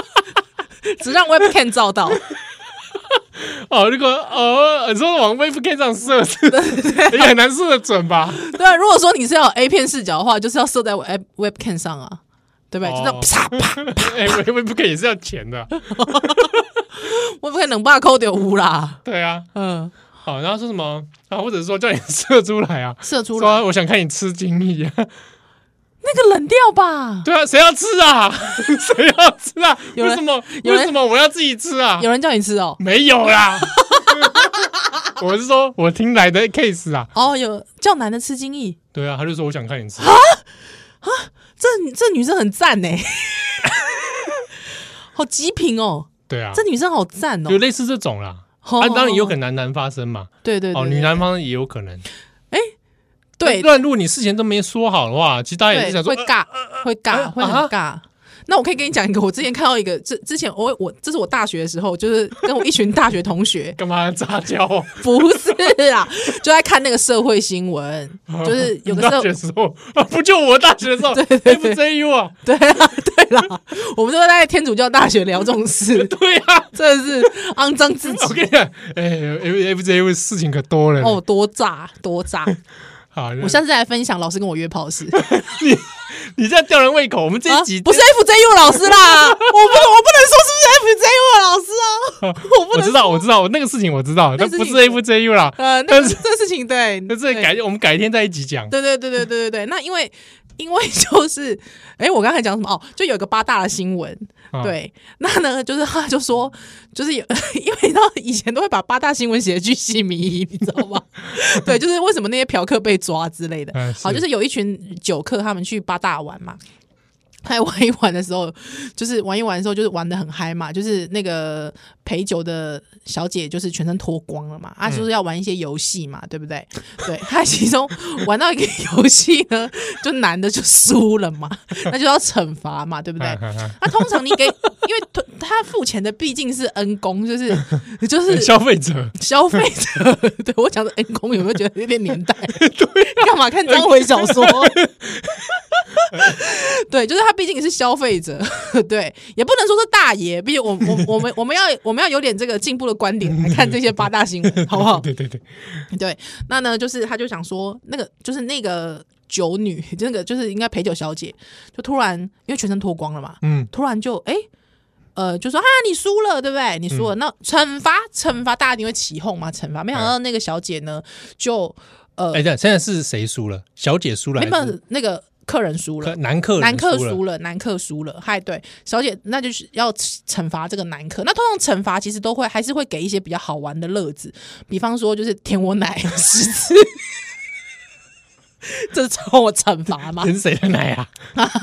[LAUGHS] 只让 webcam 照到。
哦，如果哦，你说往 webcam 上射是，
[LAUGHS]
也很难射得准吧？
对啊，如果说你是要有 A 片视角的话，就是要设在 web webcam 上啊，对不对？
哦
就这样啪啪
哎、欸、，webcam 也是要钱的，
，webcam 能把扣丢污
[LAUGHS]
啦。
对啊，
嗯，
好，然后说什么啊，或者说叫你射出来啊，
射出来
说我想看你吃惊异啊， [LAUGHS]
那个冷掉吧。
对啊，谁要吃啊？ [LAUGHS] 谁要吃啊？
有
为
人
什么？
有人
为什么我要自己吃啊？
有人叫你吃哦，
没有啦， [LAUGHS] 我是说我听来的 case 啊，
哦，有叫男的吃精液，
对啊，他就说我想看你吃，
这这女生很赞呢， [LAUGHS] 好极品哦，
对啊，
这女生好赞
啊
哦
就，类似这种啦，啊，当然也有
能，
可能男男发生嘛，
对哦对
哦，
对
女
对
男方也有可能。
对
不然如果你事前都没说好的话，其实大家也是
对
想说呃
会，尬，会尬，
啊
会很
啊，
尬。那我可以跟你讲一个，我之前看到一个，之之前我我这是我大学的时候，就是跟我一群大学同学
干嘛杂交？
不是啊，就在看那个社会新闻， [LAUGHS] 就是有
你
的
[LAUGHS]
时
大
候
学的时候啊，不就我大学的时
[LAUGHS]
候 FJU 啊，
对啊，对啦，我们都在天主教大学聊这种 [LAUGHS] 事，
对啊，
真的是肮脏自
我
己
跟你讲，哎，F FJU 事情可多了
哦，多炸多炸！
嗯好，
我下次再来分享老师跟我约炮的事。
你这样吊人胃口，我们这
啊
一集
不是 FJU 老师啦，我不我不能说是不是 FJU 的老师啊，
哦
我不
我
能
知道，我知道，我那个事情我知道，
那
但
个事
不
情
是 FJU 啦，
呃，那
但
个
是
这事情对，
那这
对
改我们改天再一集讲。
对对对对对对对，那因为因为就是，哎，我刚才讲什么？哦，就有一个八大的新闻，
啊，
对，那呢，就是他就说，就是有， [LAUGHS] 因为你知道以前都会把八大新闻写的巨细靡遗，你知道吗？ [LAUGHS] 对，就是为什么那些嫖客被抓之类的。
嗯
好，
是
就是有一群酒客他们去八大玩嘛。还玩一玩的时候，就是玩一玩的时候，就是玩的很嗨嘛，就是那个陪酒的小姐就是全身脱光了嘛，啊，就是要玩一些游戏嘛，对不对？对，她其中玩到一个游戏呢，就男的就输了嘛，那就要惩罚嘛，对不对？
啊嗯
那、通常你给，因为他付钱的毕竟是恩公，就是
[LAUGHS]
就是
消费者，
消费者。 [LAUGHS] 对我讲的恩公有没有觉得有点年代？对，啊干嘛看章回小说？对，就是他毕竟是消费者， [LAUGHS] 对，也不能说是大爷，毕竟我我我们我们要我们要有点这个进步的观点来看这些八大新闻，好不好？
对对对，
[LAUGHS] 对，那呢，就是他就想说，那个就是那个酒女， [LAUGHS] 就那个就是应该陪酒小姐，就突然因为全身脱光了嘛，
嗯，
突然就哎、诶呃，就说啊，你输了，对不对？你
嗯
输了，那惩罚惩罚，大家一定会起哄嘛，惩罚。没想到那个小姐呢，就呃，
哎，这样现在是谁输了？小姐输了
没
还是
本那个客人输了
客。男客人
男客
了？
输了，男客输了，嗨，对，小姐，那就是要惩罚这个男客。那通常惩罚其实都会还是会给一些比较好玩的乐子，比方说就是舔我奶十次， [LAUGHS] 这是我惩罚吗？ [LAUGHS]
舔谁的奶啊？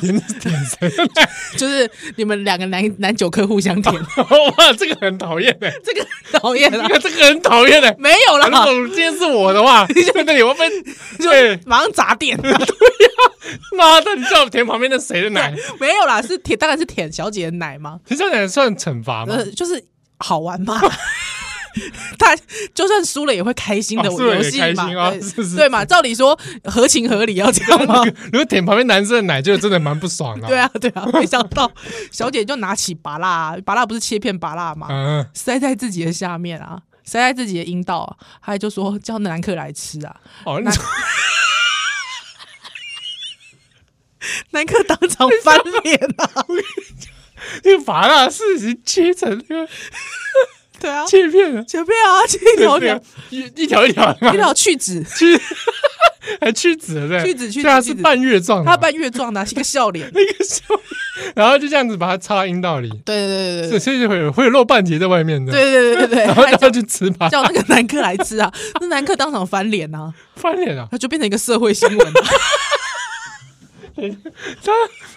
舔舔谁的奶？ [LAUGHS]
就是你们两个男男酒客互相舔，
哇，这个很讨厌
[LAUGHS]
哎，
这个讨厌
这
啦，
个这个很讨
[LAUGHS]
厌哎。
没有
如
啦，
果今天是我的话， [LAUGHS] 在那里
[LAUGHS]
我被
就
对
马上砸店，
[LAUGHS] 妈的，你叫我舔旁边的谁的奶？
没有啦，是舔，当然是舔小姐的奶嘛，
你这样算惩罚吗？哦
呃，就是好玩嘛。 [LAUGHS] 他就算输了也会开心的
哦输了
游
也
戏
开
嘛，
心哦 [LAUGHS]
对
是是
对嘛？照理说合情合理要这样 [LAUGHS] 吗？
如果舔旁边男生的奶，就真的蛮不爽的。
对，啊，对啊，没想到小姐就拿起拔蜡，啊拔蜡不是切片拔蜡吗？
嗯，
塞在自己的下面啊，塞在自己的阴道啊，还就说叫男客来吃 [LAUGHS] 啊，
哦，
那男客当场翻脸啊，
你把 [LAUGHS] 那事情切成那个
[LAUGHS] 对啊，
切片了，
前面啊，切啊一 [LAUGHS] 条条，
一一条一条的嘛
一，条去 [LAUGHS] 脂。
去还去籽了对不对，
去籽去籽
所以它
去
是
籽
半月状的嘛，。
他半月状的啊、是个笑脸 [LAUGHS]
那个时候，然后就这样子把它插到阴道里，
对
所
对对
以
对
所以就会有会有露半截在外面的，，
对对对对对，
然后
还
让它去吃吧，
叫那个男客来吃啊，那男客当场翻脸啊，
翻脸啊，
他就变成一个社会新闻、 [LAUGHS] 啊。
他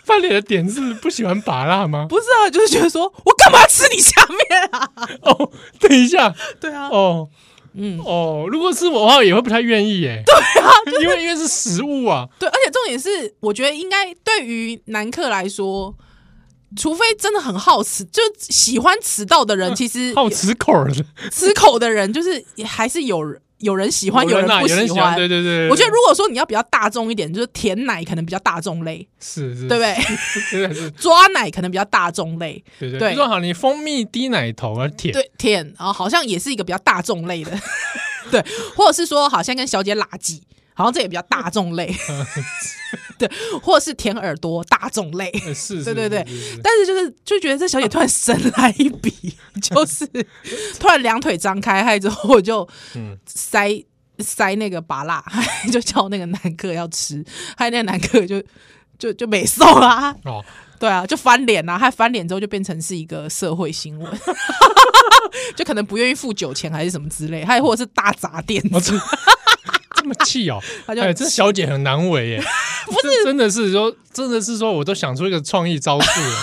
翻脸的点是不喜欢拔蜡吗？
不是啊，就是觉得说我干嘛吃你下面啊？
哦，等一下，
对 [LAUGHS] 啊，
哦，嗯，哦，如果是我的话，也会不太愿意
[LAUGHS]
耶，对啊，因为因为是食物啊，
对，而且重点是，我觉得应该对于男客来说。除非真的很好吃，就喜欢迟到的人，其实
嗯好吃口儿的，
吃口的人，就是也还是有人有人喜 [LAUGHS] 欢，有
人啊
不
有人
喜
喜欢，对对对，
我觉得如果说你要比较大众一点，就是舔奶可能比较大众类，
是是，
对不对？
对？对对
抓奶可能比较大众类，
对对，
对
比如说好，你蜂蜜滴奶头啊，舔，
对舔啊、好像也是一个比较大众类的， [LAUGHS] 对，或者是说好像跟小姐拉鸡，好像这也比较大众
[LAUGHS]
类，对，或者是舔耳朵大众类，
呃是，是
对对对
是是是
但是就是就觉得这小姐突然神来一笔，就是突然两腿张开，还之后我就
嗯
塞。塞那个拔蜡， [LAUGHS] 就叫那个男客要吃，还有那个男客就就就没送啦，
哦，
对啊，就翻脸啊，他翻脸之后就变成是一个社会新闻， [LAUGHS] 就可能不愿意付酒钱还是什么之类，还或者是大砸店，
我
[LAUGHS]
操，这么气哦！
他就
哎，这小姐很
[LAUGHS] [LAUGHS]
难为耶，不是，真的是说，真的是说，我都想出一个创意招数了，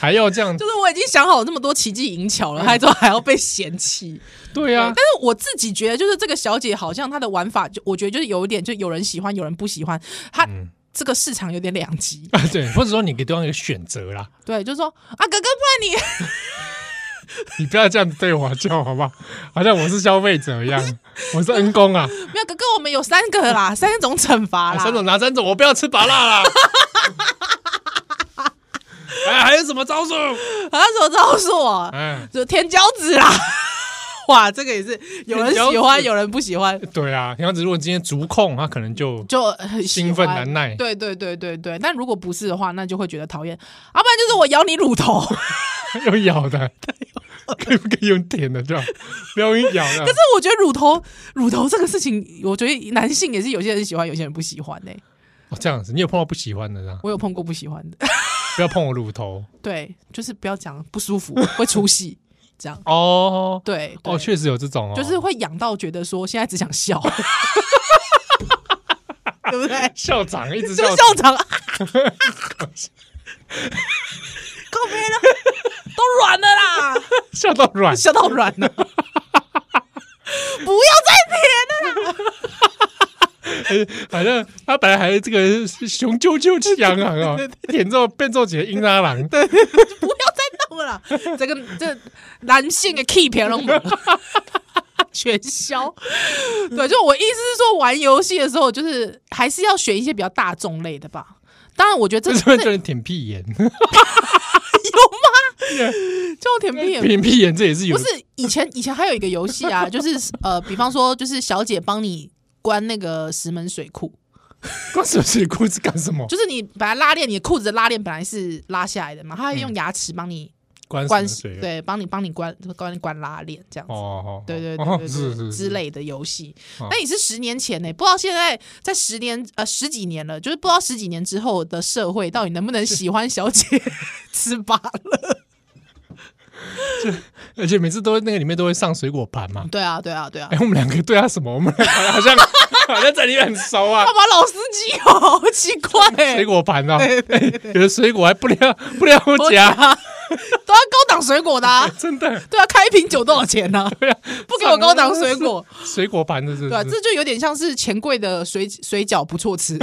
还要这样
就？是我已经想好那么多奇技淫巧了，还之后还要被嫌弃。
对啊呀、
但是我自己觉得，就是这个小姐好像她的玩法，就我觉得就是有一点，就有人喜欢，有人不喜欢。她
嗯
这个市场有点两极，
啊， [LAUGHS] 对，或者说你给对方一个选择啦，
对，就是说啊，哥哥，不然你 [LAUGHS]
你不要这样子对我叫好不好？好像我是消费者一样，我是恩公啊，
没有哥哥，我们有三个啦，三种惩罚
啊
啦。
三种拿三种，我不要吃麻辣啦。哎，还有什么招数？
啊，什么招数啊？
哎，
就甜椒子啦。 [LAUGHS] 哇，这个也是有人喜
甜椒
欢，
子
有人不喜欢，
对啊，杨子如果今天足控，他可能就
就很喜欢
兴奋难耐
对对对对对，但如果不是的话，那就会觉得讨厌。要、不然就是我咬你乳头， [LAUGHS] 可
有咬的，可不可以用舔的这样？不要用咬的
是。我觉得乳头乳头这个事情，我觉得男性也是有些人喜欢，有些人不喜欢呢、
哦，这样子，你有碰到不喜欢的啦？
我有碰过不喜欢的， [LAUGHS]
不要碰我乳头
对，就是不要讲不舒服，会出戏，这样
哦。
对
[LAUGHS] 哦，
对
确实有这种哦，
就是会痒到觉得说现在只想
[LAUGHS]
笑，对不对？
校长一直
就
校
是校
[LAUGHS]
长，告别了，都软了啦，
笑到软，
笑到软了， [LAUGHS] 不要
反正他本来还这个雄赳赳气昂昂啊，
[LAUGHS]
舔之后变皱起英拉郎，对，
再舔了啦，不要再弄了啦，这个这男性的 key 平了 [LAUGHS] 嘛。全消，对，就我意思是说，玩游戏的时候，就是还是要选一些比较大众类的吧。当然，我觉
这
得这
时候就能舔屁
[LAUGHS]
眼，
这种甜品也
舔 [LAUGHS] 屁眼这也是有
不是以前以前还有一个游戏啊，就是呃，比方说就是小姐帮你关那个石门水库，
光手水裤是干什么？
就是你把它拉链，你裤子的拉链本来是拉下来的嘛，它会用牙齿帮你
关
关，
水
对，帮你帮你关关关拉链这样子。
哦哦，
对
[LAUGHS]
对对
哦
对对
是是
之，类的游戏
哦，
那也是十年前呢、不知道现在在十年呃十几年了，就是不知道十几年之后的社会到底能不能喜欢小
[LAUGHS]
姐吃芭乐？
是而且每次都会那个里面都会上水果盘嘛。
对啊对啊对啊
哎，，我们两个对他什么？我们两个好 [LAUGHS] 像好像在里面很熟啊
[LAUGHS] 干。嘛老司机哦，好奇怪、欸，
水果盘啊，哎 [LAUGHS] 有的水果还不了不了
假
夹，。
[LAUGHS] 都要高档水果的、啊
真的
对啊，开一瓶酒多少钱呢、
对啊，
不给我高档水
[LAUGHS]
果，
水果盘的是
对啊，这就有点像是钱柜的水水饺不错
[LAUGHS]
吃，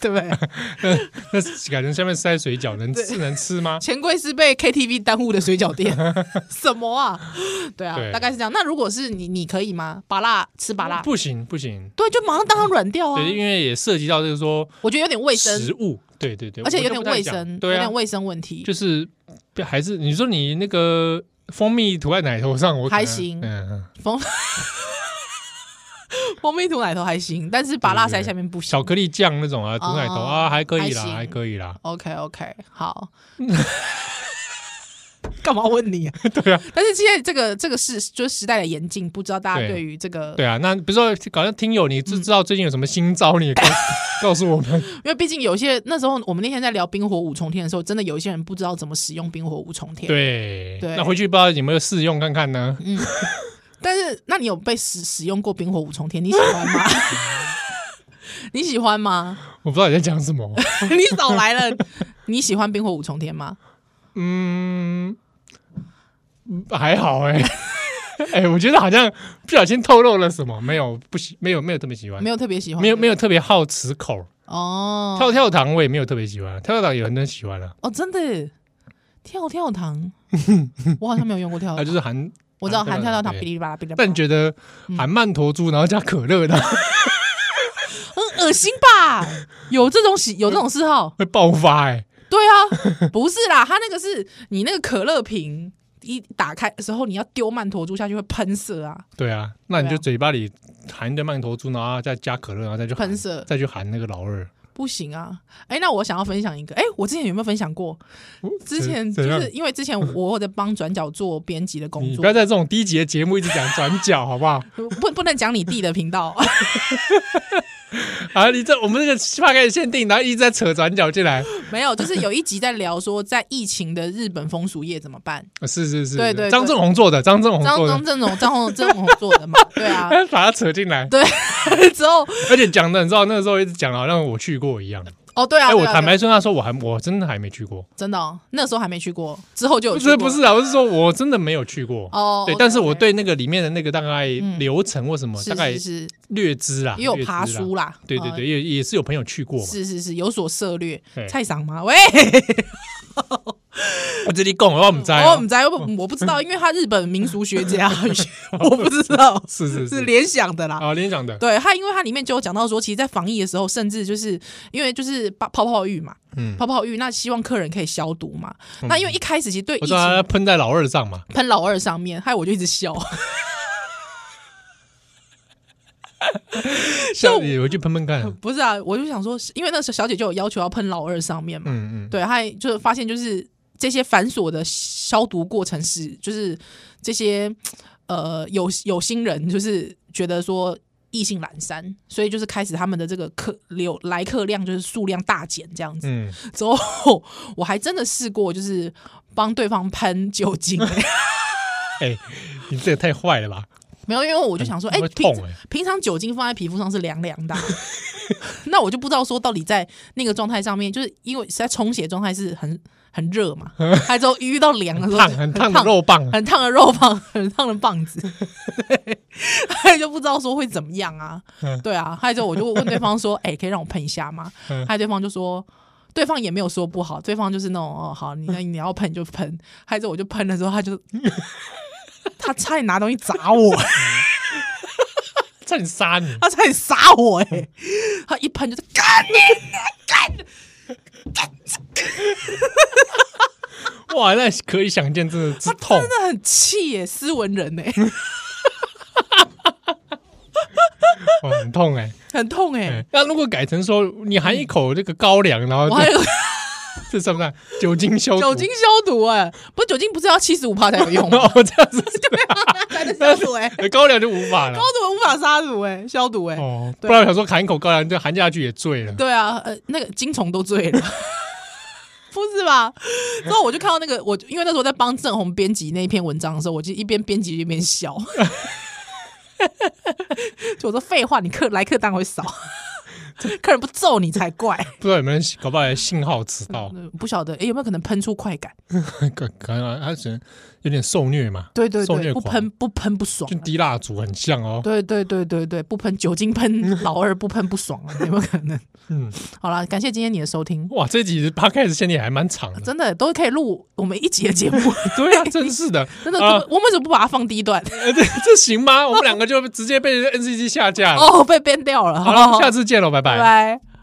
对不对？
那是感觉下面塞水饺能吃能吃
[LAUGHS]
吗？
钱柜是被 KTV 耽误的水
[LAUGHS]
饺店，什么啊？对啊，
对
大概是这样。那如果是你，你可以吗？拔辣吃拔辣，
不行不行，
对，就马上当它软掉啊。
对，因为也涉及到就是说
我觉得有点卫生，
食物，对对对，
而且有
我就
点
不太
卫
讲
生，有
对啊
点，卫生问题
就。是还是你说你那个蜂蜜涂在奶头上，我可能
还行
嗯，嗯
蜂蜂蜜涂奶头还行，但是拔辣
对对
塞
对
下面不行
巧。克力酱那种啊，涂奶头
哦
啊，还可以
还
啦，
行
还可以啦，
OK OK，好。
[LAUGHS]
干嘛问你、啊？
对啊，
但是现在这个这个是就是时代的严禁，不知道大家
对
对于这个，
对啊，那比如说搞像听友，你知知道最近有什么新招，
[LAUGHS]
你也告告诉我们，
因为毕竟有些那时候我们那天在聊冰火五重天的时候，真的有一些人不知道怎么使用冰火五重天。，
对，
对嗯
那回去不知道有没有试用看看呢？
但是那你有被使使用过冰火五重天？你喜欢 [LAUGHS] 吗？你喜欢吗？
我不知道你在讲什么，
你少来了！你喜欢冰火五重天吗？
嗯，还好哎、 [LAUGHS] 哎、我觉得好像不小心透露了什么，没有不喜，没有没有特别喜欢，
没有特别喜欢，
没有没有特别好吃口。
哦
跳跳糖我也没有特别喜欢，跳跳糖有很多人喜欢啊了、
哦，真的跳跳
[LAUGHS]
糖，我好像没有用过跳
啊，
跳
它就
糖，
是啊含，
我知道含跳跳糖
对
哔哩吧啦哔哩吧啦。
但你觉得含曼陀珠然后加可乐的
很嗯恶心吧？有这种喜有这种嗜好？
会爆发哎、
对
[LAUGHS]
啊，不是啦，它那个是你那个可乐瓶一打开的时候，你要丢曼陀珠下去会喷射啊，
对啊，那你
对
就
啊
嘴巴里含一堆曼陀珠，然后再加可乐，然后再去含
喷射
再去含那个老二。
不行啊。哎、那我想要分享一个，哎、我之前有没有分享过？之前
嗯怎
就
怎样
是因为之前我有在帮转角做编辑的工
你
作
不要，在这种低级的节目一直讲转角，好不 [LAUGHS] 好？
不不能讲你弟的频道， [LAUGHS]
啊，你这我们这个大概限定，然后一直在扯转角进来，
没有，就是有一集在聊说在疫情的日本风俗业怎么办。
啊是是是，
对对对
张正宏做的，张正宏
张
做的
张，正荣、张宏、郑宏做的嘛，对啊，
[LAUGHS] 把他扯进来，
之后
而且讲的你知道那时候一直讲，好像我去过一样，
哦，对
[LAUGHS]
啊，
哎、
对
我
啊
坦
对啊
白说，那时候我还我真的还没去过，
真的哦那时候还没去过，之后就有
不
去过
是不是啊，我是说我真的没有去过。
哦，
对，
OK，
但是
OK
我对那个里面的那个大概
嗯
流程或什么，大
是
概
是是
略知啦，
也有
略知
爬
啦
书啦，
对对
呃
对，也也是有朋友去过嘛。
是是是有所涉略
对。
菜赏吗？喂，
我啊这里讲，我唔知道
我
哦
们，在我我不知
[LAUGHS]
道，因为他日本民俗学家，我不知道
是是
是
是，
联想的啦。
啊，连长的，
对他，因为他里面就有讲到说，其实，在防疫的时候，甚至就是因为就是泡泡泡浴嘛，
嗯，
泡泡浴，那希望客人可以消毒嘛。那因为一开始其实对
我
疫
知道他
情
喷在老二上
[LAUGHS]
嘛，
喷老二上面，害我就一直笑。 [LAUGHS]
下次我去喷喷看，
[LAUGHS] 不是啊，我就想说，因为那时候小姐就有要求要喷老二上面嘛，
嗯嗯，
对，还就是发现就是这些繁琐的消毒过程是，就是这些呃有有心人就是觉得说意兴阑珊，所以就是开始他们的这个客流来客量就是数量大减这样子。
嗯，
之后我还真的试过，就是帮对方喷酒精、欸
哎，你这个太坏了吧？
[LAUGHS] 没有，因为我就想说，哎、
会
平
痛哎，
平常酒精放在皮肤上是凉凉的啊、 [LAUGHS] 那我就不知道说到底在那个状态上面，就是因为是在充血状态是很很热
[LAUGHS]
嘛，还之后一遇到凉的时候
烫
就
很烫的肉棒，啊
很烫的肉棒， [LAUGHS] 很烫的棒子， [LAUGHS] 对，就不知道说会怎么样啊
嗯。
对啊，还有之后我就问对方说：“哎、可以让我喷一下吗？”
嗯
还有对方就说。对方也没有说不好，对方就是那种哦，好，你你要喷就喷。还有之后我就喷的时候，他就 [LAUGHS] 他差点拿东西砸我，
[LAUGHS] 差点杀你，
他差点杀我哎、
嗯
他一喷就是干你，
哇，那可以想见，真的是痛
啊真，的很气耶、斯文人哎、
哇，很痛哎。
很痛哎、
哎那如果改成说你含一口这个高粱，然后
我还
[LAUGHS]
有
这算不算酒精消毒
酒精？消毒哎、不是酒精不是要七十五帕才有用吗？
[LAUGHS] 哦，这样子，
才能消毒哎、
高粱就无法了
高。毒无法杀毒哎、消毒哎、
哦，不
对
然我想说含一口高粱，就含下去也醉了。
对啊，呃，那个金虫都醉了。 [LAUGHS] 不是吧？之后我就看到那个，我因为那时候在帮郑红编辑那一篇文章的时候，我就一边编辑一边笑。 [LAUGHS] 就我说废话，你客来客单会少， [LAUGHS] 客人不揍你才怪。
不知道有没有人搞不好信号迟到，
嗯不晓得、诶有没有可能喷出快感？
[LAUGHS] 可可能他只能有点受虐嘛，
对对
受虐
对，不
狂
喷不喷不爽啊
跟。滴蜡烛很像哦。
对对对对对，不喷酒精 [LAUGHS] 喷老二不喷不爽了，有没有可 [LAUGHS] 能？
嗯，
好了，感谢今天你的收听。
哇，这集 p 开始 c 限定还蛮长的，
真的都可以录我们一啊集的节 [LAUGHS] 目，
对啊，真是的，
真的，
啊
我们怎么不把它放第一段？
呃这这行吗？我们两个就直接被 NCC 下架了。
哦，被编掉了。 [LAUGHS]
[LAUGHS] 好了，我们下次见喽，拜
拜拜。